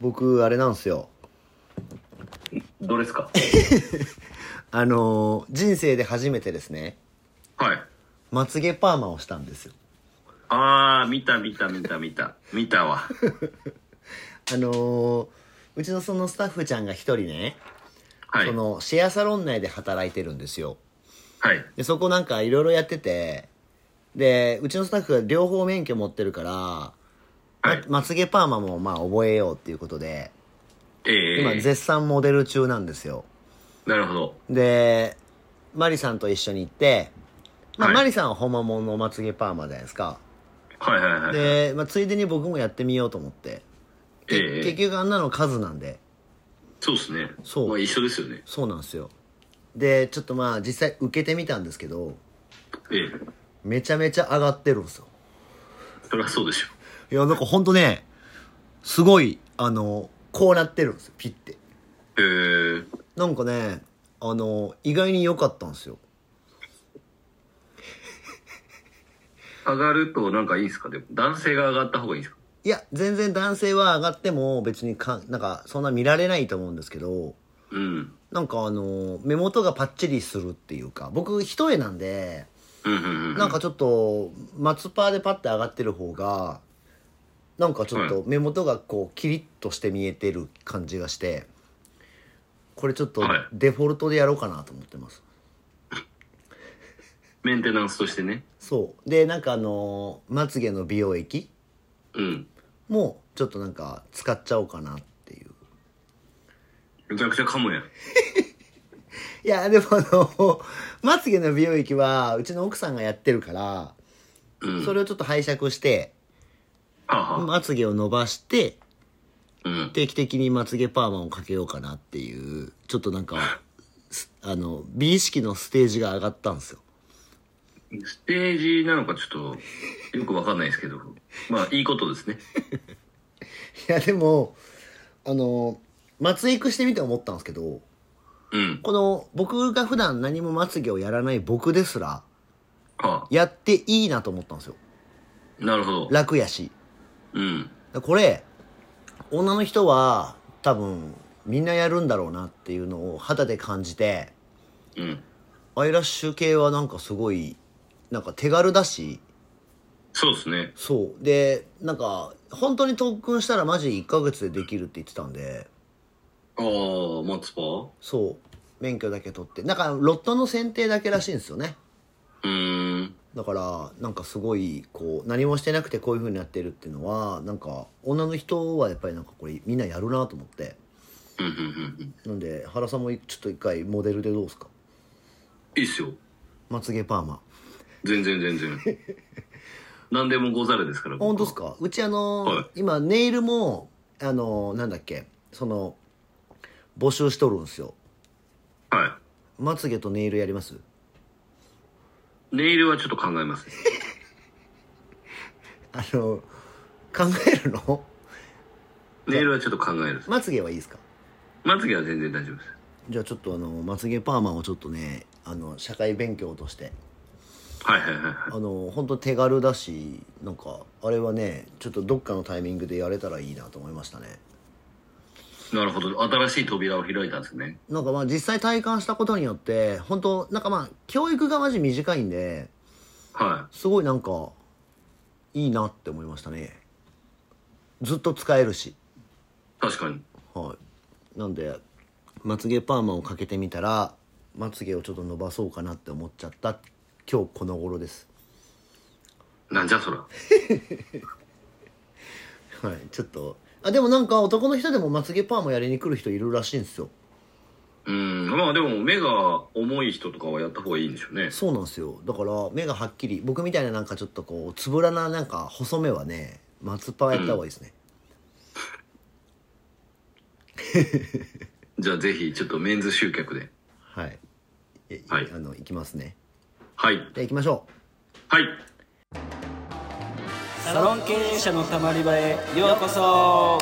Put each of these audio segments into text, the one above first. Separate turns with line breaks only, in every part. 僕あれなんですよ
どれですか
あのー人生で初めてですね
はい。
まつげパーマをしたんですよ
あー、見た見た見た見た。見たわ。
あのーうちのそのスタッフちゃんが一人ね、
はい
そ。のシェアサロン内で働いてるんですよ
はい。
でそこなんかいろいろやっててでうちのスタッフが両方免許持ってるから、
は
ま
い。
まつげパーマもまあ覚えようっていうことで
え
今
ー、
絶賛モデル中なんですよ
なるほど。
でマリさんと一緒に行って、まあ
はい
マリさんは本物のまつげパーマじゃないですか
はいはいはい。
で、まあ、ついでに僕もやってみようと思って、け
え
結
え
局あんなの数なんで
そうですね。
そう
まあ一緒ですよね。
そうなんですよでちょっとまあ実際受けてみたんですけど
ええ
めちゃめちゃ上がってるんですよ
そりゃそうでしょ。
いやなんかほんとねすごいあのこうなってるんですよピッて
えー、
なんかねあの意外に良かったんですよ
上がるとなんかいいんですかでも男性が上がった方がいいんですか
いや全然男性は上がっても別にかなんかそんな見られないと思うんですけど
うん。
なんかあの目元がパッチリするっていうか僕一重なんで
うんうんうん。
なんかちょっと松パーでパッて上がってる方がなんかちょっと目元がこうキリッとして見えてる感じがしてこれちょっと
はい
デフォルトでやろうかなと思ってます
メンテナンスとしてね。
そうでなんかあのまつげの美容液
うん。
もちょっとなんか使っちゃおうかなっていう
めちゃくちゃかもやん。
いやでもあの まつげの美容液はうちの奥さんがやってるから
うん。
それをちょっと拝借して
はあ、はあ、
まつげを伸ばして
うん。
定期的にまつげパーマをかけようかなっていうちょっとなんかすあの美意識のステージが上がったんですよ
ステージなのかちょっとよくわかんないですけど、まあいいことですね。
いやでもあのまつ育してみて思ったんですけど
うん。
この僕が普段何もまつげをやらない僕ですら
は
やっていいなと思ったんですよ
あ、なるほど。
楽やし
うん。
これ女の人は多分みんなやるんだろうなっていうのを肌で感じて
うん。
アイラッシュ系はなんかすごいなんか手軽だし
そうですね。
そうでなんか本当に特訓したらマジ1ヶ月でできるって言ってたんで
ああ、マツパー
そう免許だけ取ってなんかロットの選定だけらしいんですよね
うーん。
だからなんかすごいこう何もしてなくてこういう風になってるっていうのはなんか女の人はやっぱりなんかこれみんなやるなと思って
うんうんうんうん。
なんで原さんもちょっと一回モデルでどうですか
いいっすよ。
まつげパーマ
全然全 然。何でもござるですから。
本当で
僕
すかうちあの、
はい
今ネイルもあのなんだっけその募集しとるんですよ
は
まつげとネイルやります
い。ネイルはちょっと考えます。
あの考えるの
ネイルはちょっと考える。
まつげはいいですか
まつげは全然大丈夫です。
じゃあちょっとあのまつげパーマをちょっとねあの社会勉強として
はいはいはいはい。
あの本当手軽だしなんかあれはねちょっとどっかのタイミングでやれたらいいなと思いましたね
なるほど。新しい扉を開いたんですね。
なんかまあ実際体感したことによって本当なんかまあ教育がマジ短いんで
は
すごいなんかいいなって思いましたねずっと使えるし
い。確かに。
はいなんでまつげパーマをかけてみたらまつげをちょっと伸ばそうかなって思っちゃった今日この頃です
なんじゃそら。
はいちょっとあでもなんか男の人でもまつげパーマやりに来る人いるらしいんですよ
うん。まあでも目が重い人とかはやった方がいいんでしょうね。
そうなんですよだから目がはっきり僕みたいななんかちょっとこうつぶらななんか細目はね松パーやった方がいいですね、
じゃあぜひちょっとメンズ集客で。
はいえ
はい
あの行きますね
はい。
じゃあ行きましょ
はい。
サロン経営者のたまり場へようこそ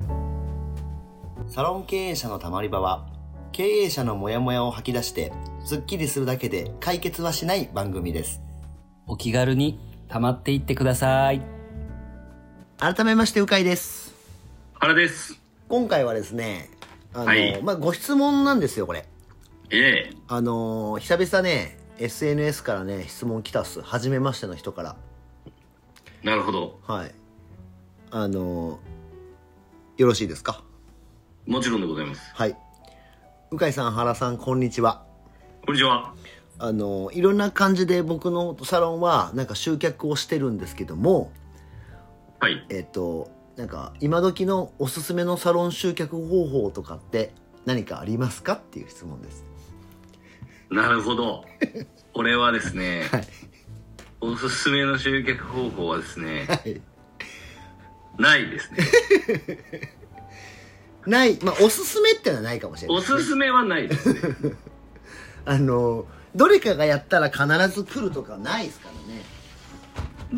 うサロン経営者のたまり場は経営者のモヤモヤを吐き出してすっきりするだけで解決はしない番組です
お気軽に溜まっていってください
改めましてうかいです
原です。
今回はですねあの、
はい
まあ、ご質問なんですよこれ
ええ
あの久々ね SNS からね質問来たっす初めましての人から
なるほど。
はいあのよろしいですか
もちろんでございます。
はいうかいさん原さんこんにちは
こんにちは。
あのいろんな感じで僕のサロンはなんか集客をしてるんですけども
はい。
えっとなんか今時のおすすめのサロン集客方法とかって何かありますかっていう質問です
なるほど。これはですね、
はい
おすすめの集客方法はですね、
はい
ないですね。
ないまあおすすめってのはないかもしれない
おすすめはないですね。
あのどれかがやったら必ず来るとかないですからね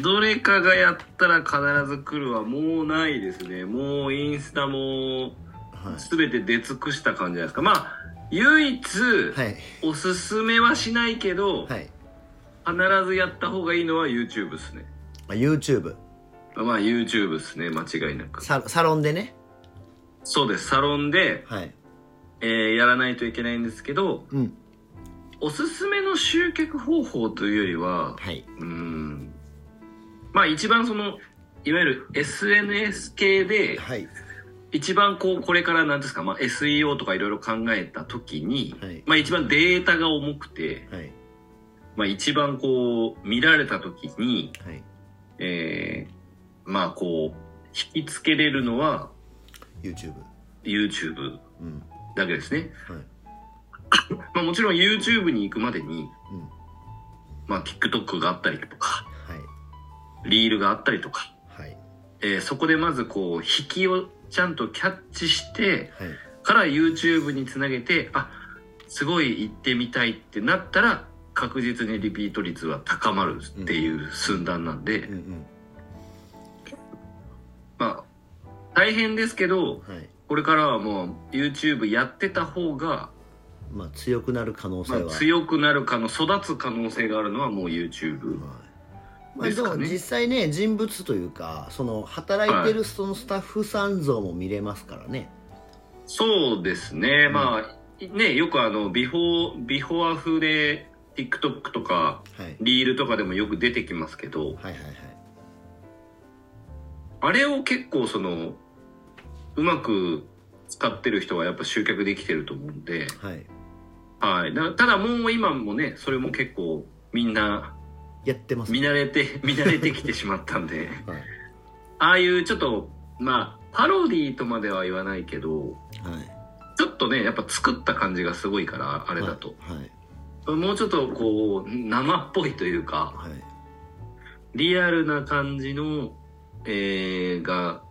どれかがやったら必ず来るはもうないですね。もうインスタも
はい
全て出尽くした感じじゃないですか。まあ、唯一、
はい
おすすめはしないけど、
はい、
必ずやった方がいいのは YouTube ですね。
まあ、YouTube
まあ YouTube ですね、間違いなく。
ササロンでね
そうです、サロンで、
はい
えーやらないといけないんですけど、
うん
おすすめの集客方法というよりは、
はい、
うーん、まあ一番その、いわゆる SNS 系で、
はい、
一番こう、これからなんですか、まあ SEO とかいろいろ考えた時に、
はい
まあ一番データが重くて、
はい
まあ一番こう、見られた時に、
はい
えーまあこう、引きつけれるのは
YouTube
YouTube
うん
だけですね。
はい
まあもちろん YouTube に行くまでに、
うん
まあ TikTok があったりとか、
はい
リールがあったりとか、
はい
えーそこでまずこう、引きをちゃんとキャッチして、
はい
から YouTube につなげて、あ、すごい行ってみたいってなったら、確実にリピート率は高まるっていう寸断なんで、
うんうん
まあ、大変ですけど、
はい
これからはもう YouTube やってた方が、
まあ強くなる可能性
ま
は、
あ、強くなる可能育つ可能性があるのはもう YouTube
はいまあ、
で
です
か
も
ね
実際ね人物というかその働いてるそのスタッフさん像も見れますからね、
そうですね、
うん
まあねよくあのビフォービフォーアフで TikTok とか
はい、
リールとかでもよく出てきますけど
はいはいはい
あれを結構そのうまく使ってる人はやっぱ集客できてると思うんで、
はい
はい、だただもう今もねそれも結構みんな
やってます
見慣れて 見慣れてきてしまったんで
はい
ああいうちょっとまあパロディーとまでは言わないけど
はい
ちょっとねやっぱ作った感じがすごいからあれだと、
はい
もうちょっとこう生っぽいというか
はい
リアルな感じの、えーが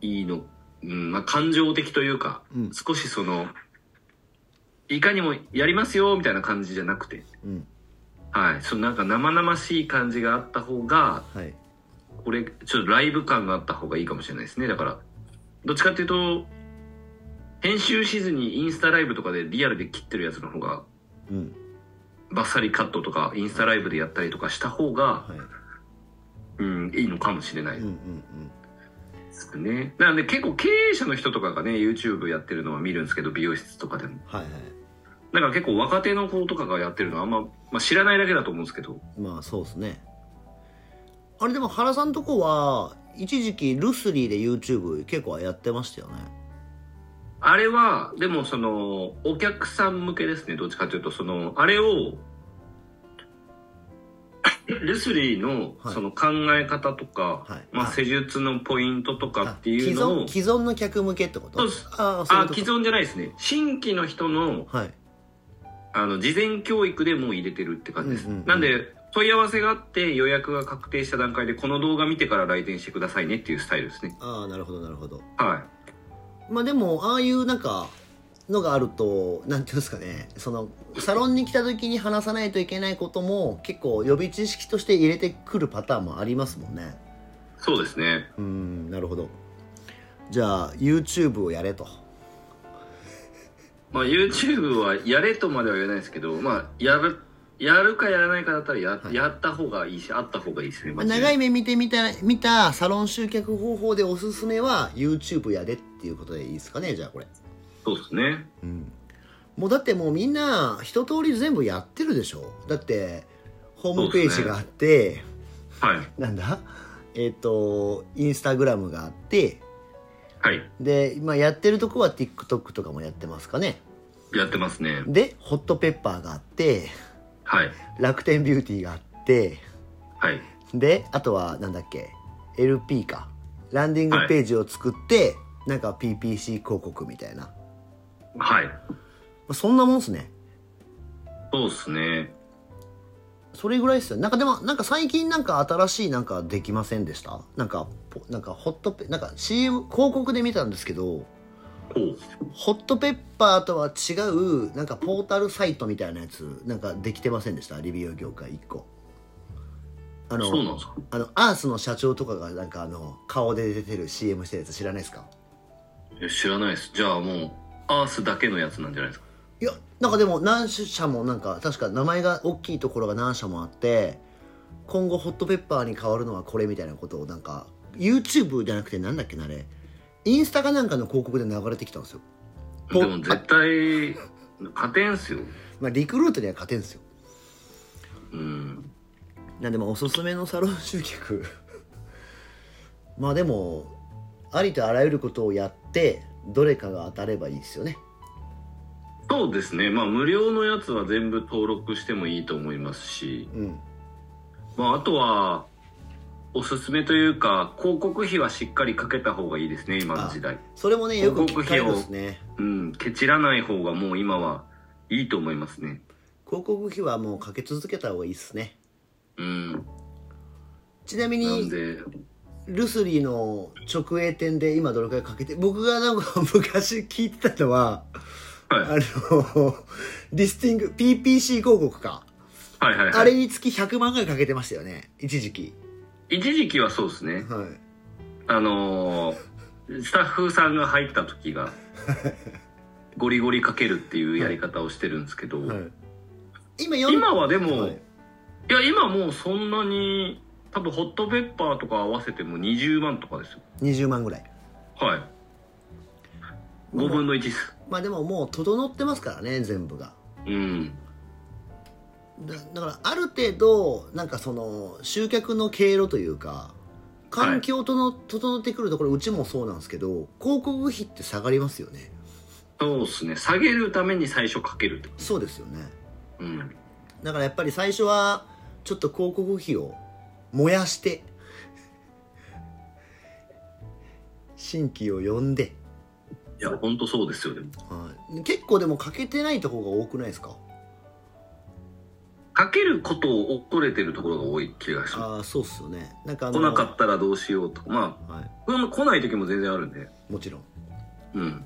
いいの、うんまあ、感情的というか
うん
少しそのいかにもやりますよみたいな感じじゃなくて、
うん
はい、そのなんか生々しい感じがあった方が
はい
これちょっとライブ感があった方がいいかもしれないですねだからどっちかっていうと編集しずにインスタライブとかでリアルで切ってるやつの方が
うん
バッサリカットとかインスタライブでやったりとかした方が、
はい
うん、いいのかもしれない
うんう
で
んうん
すね。なんで結構経営者の人とかがね、YouTube やってるのは見るんですけど、美容室とかでも。
はいはい
だから結構若手の子とかがやってるのはあんま、まあ、知らないだけだと思うんですけど、
まあそうですねあれでも原さんとこは一時期ルスリーで YouTube 結構やってましたよね
あれは、でもその、お客さん向けですね、どっちかというと、その、あれを、ルスリーの
はい
その考え方とか、
はい
まあ、
はい
施術のポイントとか
あ
って
既
いうのを
存、既存の客向けってこと
そうです
ああそうい
あ
うこと
既存じゃないですね新規の人の
はい
あの事前教育でもう入れてるって感じです、
うんうんうん
なんで問い合わせがあって予約が確定した段階でこの動画見てから来店してくださいねっていうスタイルですね
ああなるほどなるほど
は
まあでもああいうなんかのがあるとなんていうんですかねそのサロンに来た時に話さないといけないことも結構予備知識として入れてくるパターンもありますもんね
いそうですね
うーんなるほどじゃあ YouTube をやれと
まあ YouTube はやれとまでは言えないですけど、まあやる、やるかやらないかだったらや、
はい
やった方がいいし、あった方がいいですね。
まあ長い目見てみた見たサロン集客方法でおすすめは YouTube やでっていうことでいいですかねじゃあこれ、
そうですね。
もうだってもうみんな一通り全部やってるでしょだってホームページがあって、
はい。
なんだえっ、とインスタグラムがあって
はい。
で今やってるとこは TikTok とかもやってますかね
やってますね。
でホットペッパーがあって
はい。
楽天ビューティーがあって
はい。
であとはなんだっけ LP かランディングページを作って、なんか PPC 広告みたいなま
はい。
あそんなもんっすね
そうですね。
それぐらいっすよなんかでもなんか最近なんか新しいなんかできませんでしたなんかぽなんかホットペなんか CM 広告で見たんですけど
こう。
ホットペッパーとは違うなんかポータルサイトみたいなやつなんかできてませんでしたリビオ業界1個あの
そうなんですか
あのアースの社長とかがなんかあの顔で出てる CM してるやつ知らないですか
いや知らないです。じゃあもう、アースだけのやつなんじゃないですか。
いやなんかでも何社もなんか確か名前が大きいところが何社もあって今後ホットペッパーに変わるのはこれみたいなことをなんか YouTube じゃなくてなんだっけなあれインスタかなんかの広告で流れてきたんですよ、ほ
でも絶対、勝てんすよ。
まあ、リクルートには勝てんですよ
うん。
なんでまあおすすめのサロン集客 まあでもありとあらゆることをやってどれかが当たればいいですよね
そうですね。まあ無料のやつは全部登録してもいいと思いますし、
うん
まああとは、おすすめというか、広告費はしっかりかけた方がいいですね、今の時代。
それもねよく聞かれるんですね
うん、ケチらない方がもう今はいいと思いますね。
広告費はもうかけ続けた方がいいですね
うん。
ちなみ
なん
に
で、
ルスリーの直営店で今どれくらいかけて僕がなんか昔聞いてたのは
はい
あのリスティング PPC 広告か
はいはい、
あ
は
れ
い。
につき100万ぐらいかけてましたよね一時期
一時期はそうですね。
はい
あのースタッフさんが入った 時が、ゴリゴリかけるっていうやり方をしてるんですけど、
はい、今よん
今はでも、
はいい、
や、今もうそんなに、多分ホットペッパーとか合わせても20万とかですよ。
20万ぐらい
はい。5分の1です。
まあでももう整ってますからね全部が
うん。
だだからある程度なんかその集客の経路というか環境との整ってくるところうちもそうなんですけど広告費って下がりますよね
そうですね。下げるために最初かけるって。
そうですよね
うん。
だからやっぱり最初はちょっと広告費を燃やして新規を呼んで、
いや、ほんとそうですよ、でも。
はい結構でも欠けてないところが多くないですか
かけることを恐れてるところが多い気がしま
ああそうっすよねなんかあ
す
の
来なかったらどうしようとかま
は
あこれも来ない時も全然あるんで
い、もちろん
うん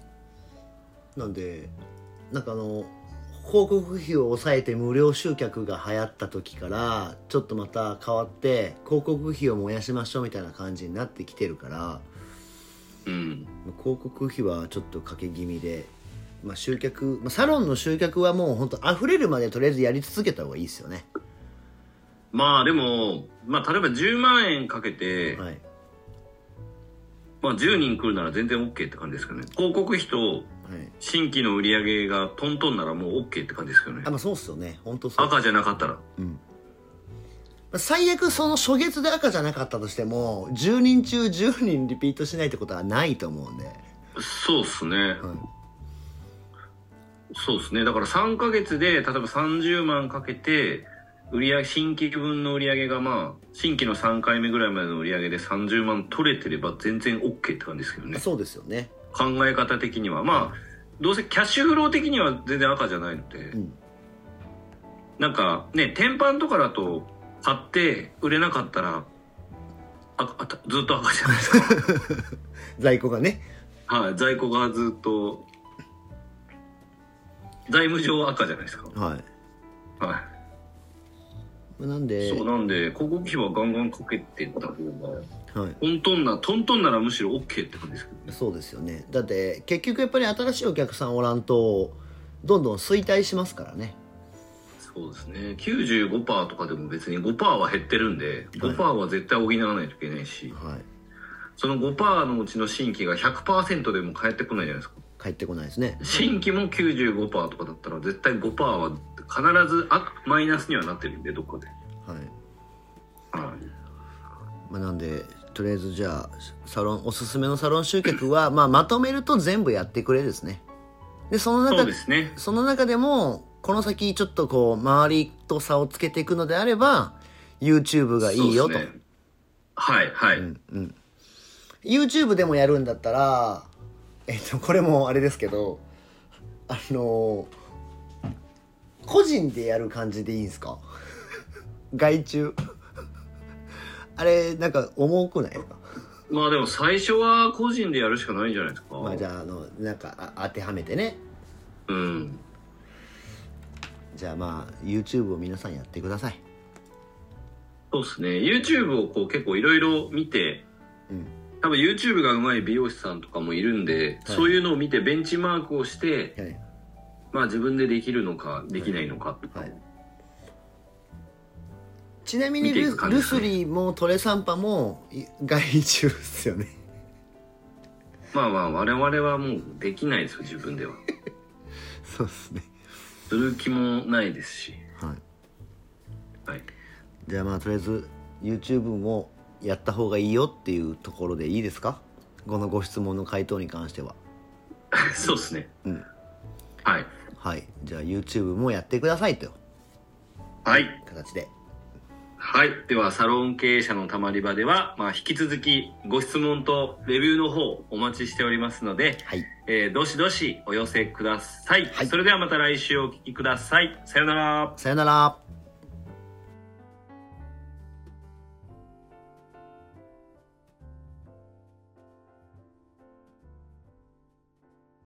なんでなんかあの広告費を抑えて無料集客が流行った時からちょっとまた変わって広告費を燃やしましょうみたいな感じになってきてるから
うん
広告費はちょっとかけ気味で、まあ、集客、まあ、サロンの集客はもう本当溢れるまでとりあえずやり続けた方がいいですよね
まあでもまあ例えば10万円かけて、
はい
まあ、10人来るなら全然 OK って感じですけどね広告費と
はい
新規の売り上げがトントンならもう OK って感じですけどね
あまあそうっすよね本当そう
赤じゃなかったら
まあ最悪その初月で赤じゃなかったとしても10人中10人リピートしないってことはないと思うんで、
そうっすね、
はい、
そうですねだから3ヶ月で例えば30万かけて売り上げ新規分の売り上げがまあ新規の3回目ぐらいまでの売り上げで30万取れてれば全然 OK って感じですけどね
そうですよね
考え方的にはまあどうせキャッシュフロー的には全然赤じゃないので、
ん
なんかね天板とかだと買って売れなかったらああたずっと赤じゃないですか
在庫がね
はい在庫がずっと財務上赤じゃないですか
は
はい
いなんで
そうなんで広告費はガンガンかけてった方が
はい、
トントンなトントンならむしろ OK って感じですけどね
そうですよねだって結局やっぱり新しいお客さんおらんとどんどん衰退しますからね
そうですね95%とかでも別に5%は減ってるんで
はい
5%は絶対補わないといけないし、
はい
その5%のうちの新規が100%でも返ってこないじゃないですか
帰ってこないですね
新規も95%とかだったら絶対5%は必ずあマイナスにはなってるんでどこかで、
はい、
は
まあ、なんでとりあえずじゃあサロンおすすめのサロン集客は、まあ、まとめると全部やってくれですねでその
い、そう
中
ですね
その中でもこの先ちょっとこう周りと差をつけていくのであれば YouTube がいいよと、
そうですねはいはい、
うんうん YouTube でもやるんだったらえっとこれもあれですけどあの個人でやる感じでいいんですか 外注 あれなんか重くないですか
まあでも最初は個人でやるしかないんじゃないですか、
まあじゃああのなんかあ当てはめてね
うん
じゃあまあ YouTube を皆さんやってください
そうですね YouTube をこう結構いろいろ見て
うん
多分 YouTube がうまい美容師さんとかもいるんで、
はい
そういうのを見てベンチマークをして、
はい
まあ、自分でできるのかできないのかとか、
はいちなみに
見てい
ル,、
く感じ
ル
です
ス
ね
リーもトレサンパもい 外注っすよね
まあまあ我々はもうできないですよ自分では
そうですね
する気もないですし、
はい
はい、
じゃあまあとりあえず YouTube もやった方がいいよっていうところでいいですかこのご質問の回答に関しては
そうですね、
うん
はい
はいじゃあ YouTube もやってくださいという
はい
形で
はい。では、サロン経営者のたまり場では、まあ、引き続きご質問とレビューの方お待ちしておりますので、
はい
えーどしどしお寄せください。
はい
それではまた来週お聞きください。さようなら。
さよなら